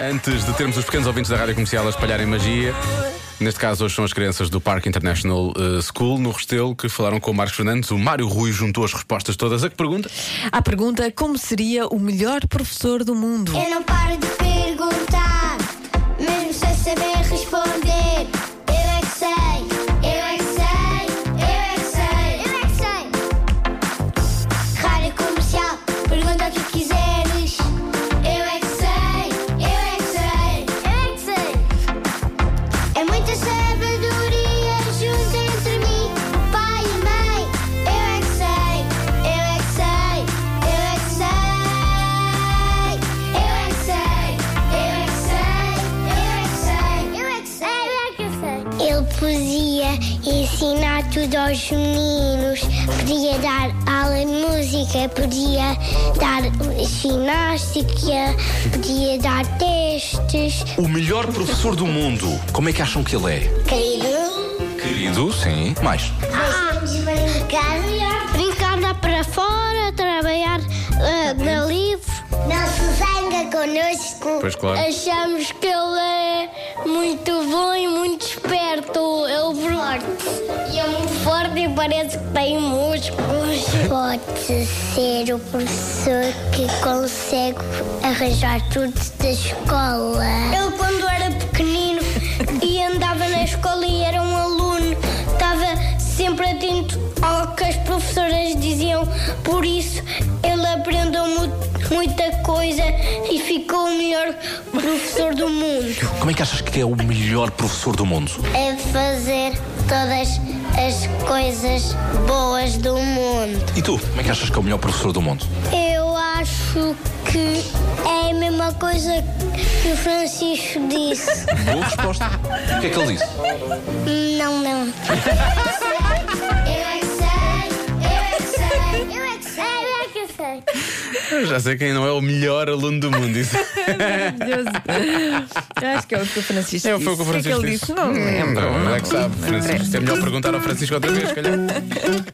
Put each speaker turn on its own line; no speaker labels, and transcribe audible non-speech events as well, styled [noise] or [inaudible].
Antes de termos os pequenos ouvintes da rádio comercial a espalharem magia, neste caso hoje são as crianças do Parque International eh, School, no Restelo, que falaram com o Marcos Fernandes. O Mário Rui juntou as respostas todas. A que pergunta?
À pergunta como seria o melhor professor do mundo?
Eu não paro de perguntar, mesmo sem saber responder. Eu é que sei, eu é que sei, eu é que sei, eu é que sei. Rádio comercial, pergunta o que quiseres. Eu é eu é que sei, eu é que sei. É muita sabedoria junto entre mim, pai e mãe. Eu é que sei, eu é que sei, eu é que sei. Eu é que sei, eu é que sei, eu é que sei. Eu é que sei, eu é que sei. Ele podia ensinar tudo aos meninos, podia dar aula de música, podia dar ginástica, podia dar testes.
O melhor professor do mundo. Como é que acham que ele é?
Querido.
Querido, sim. Mais.
Vamos brincar. Brincar lá para fora, trabalhar eh, na livre. Não se zanga connosco.
Pois claro.
Achamos que ele é muito bom e muito esperto. Ele é forte. E é muito forte e parece que tem
[laughs]
músculos. Pode ser o professor que consegue arranjar tudo da escola. Eu quando era pequenino [laughs] e andava na escola e era um aluno, estava sempre atento ao que as professoras diziam. Por isso ele aprendeu mu- muita coisa e ficou o melhor professor do mundo
Como é que achas que é o melhor professor do mundo?
é fazer todas as coisas boas do mundo.
E tu? Como é que achas que é o melhor professor do mundo?
Eu acho que é a mesma coisa que o Francisco disse.
[laughs] Boa resposta. O que é que ele disse?
não,
[laughs]
não. Eu é que sei, eu é que sei, eu é que sei, eu é que sei.
Eu já sei quem não é o melhor aluno do mundo. Isso.
Maravilhoso. É, Eu acho que é o que o Francisco
É,
disse.
foi o que o Francisco
que ele
disse.
disse? Não,
Hum,
lembro.
não, é que sabe, Francisco. É melhor perguntar ao Francisco outra vez, se calhar.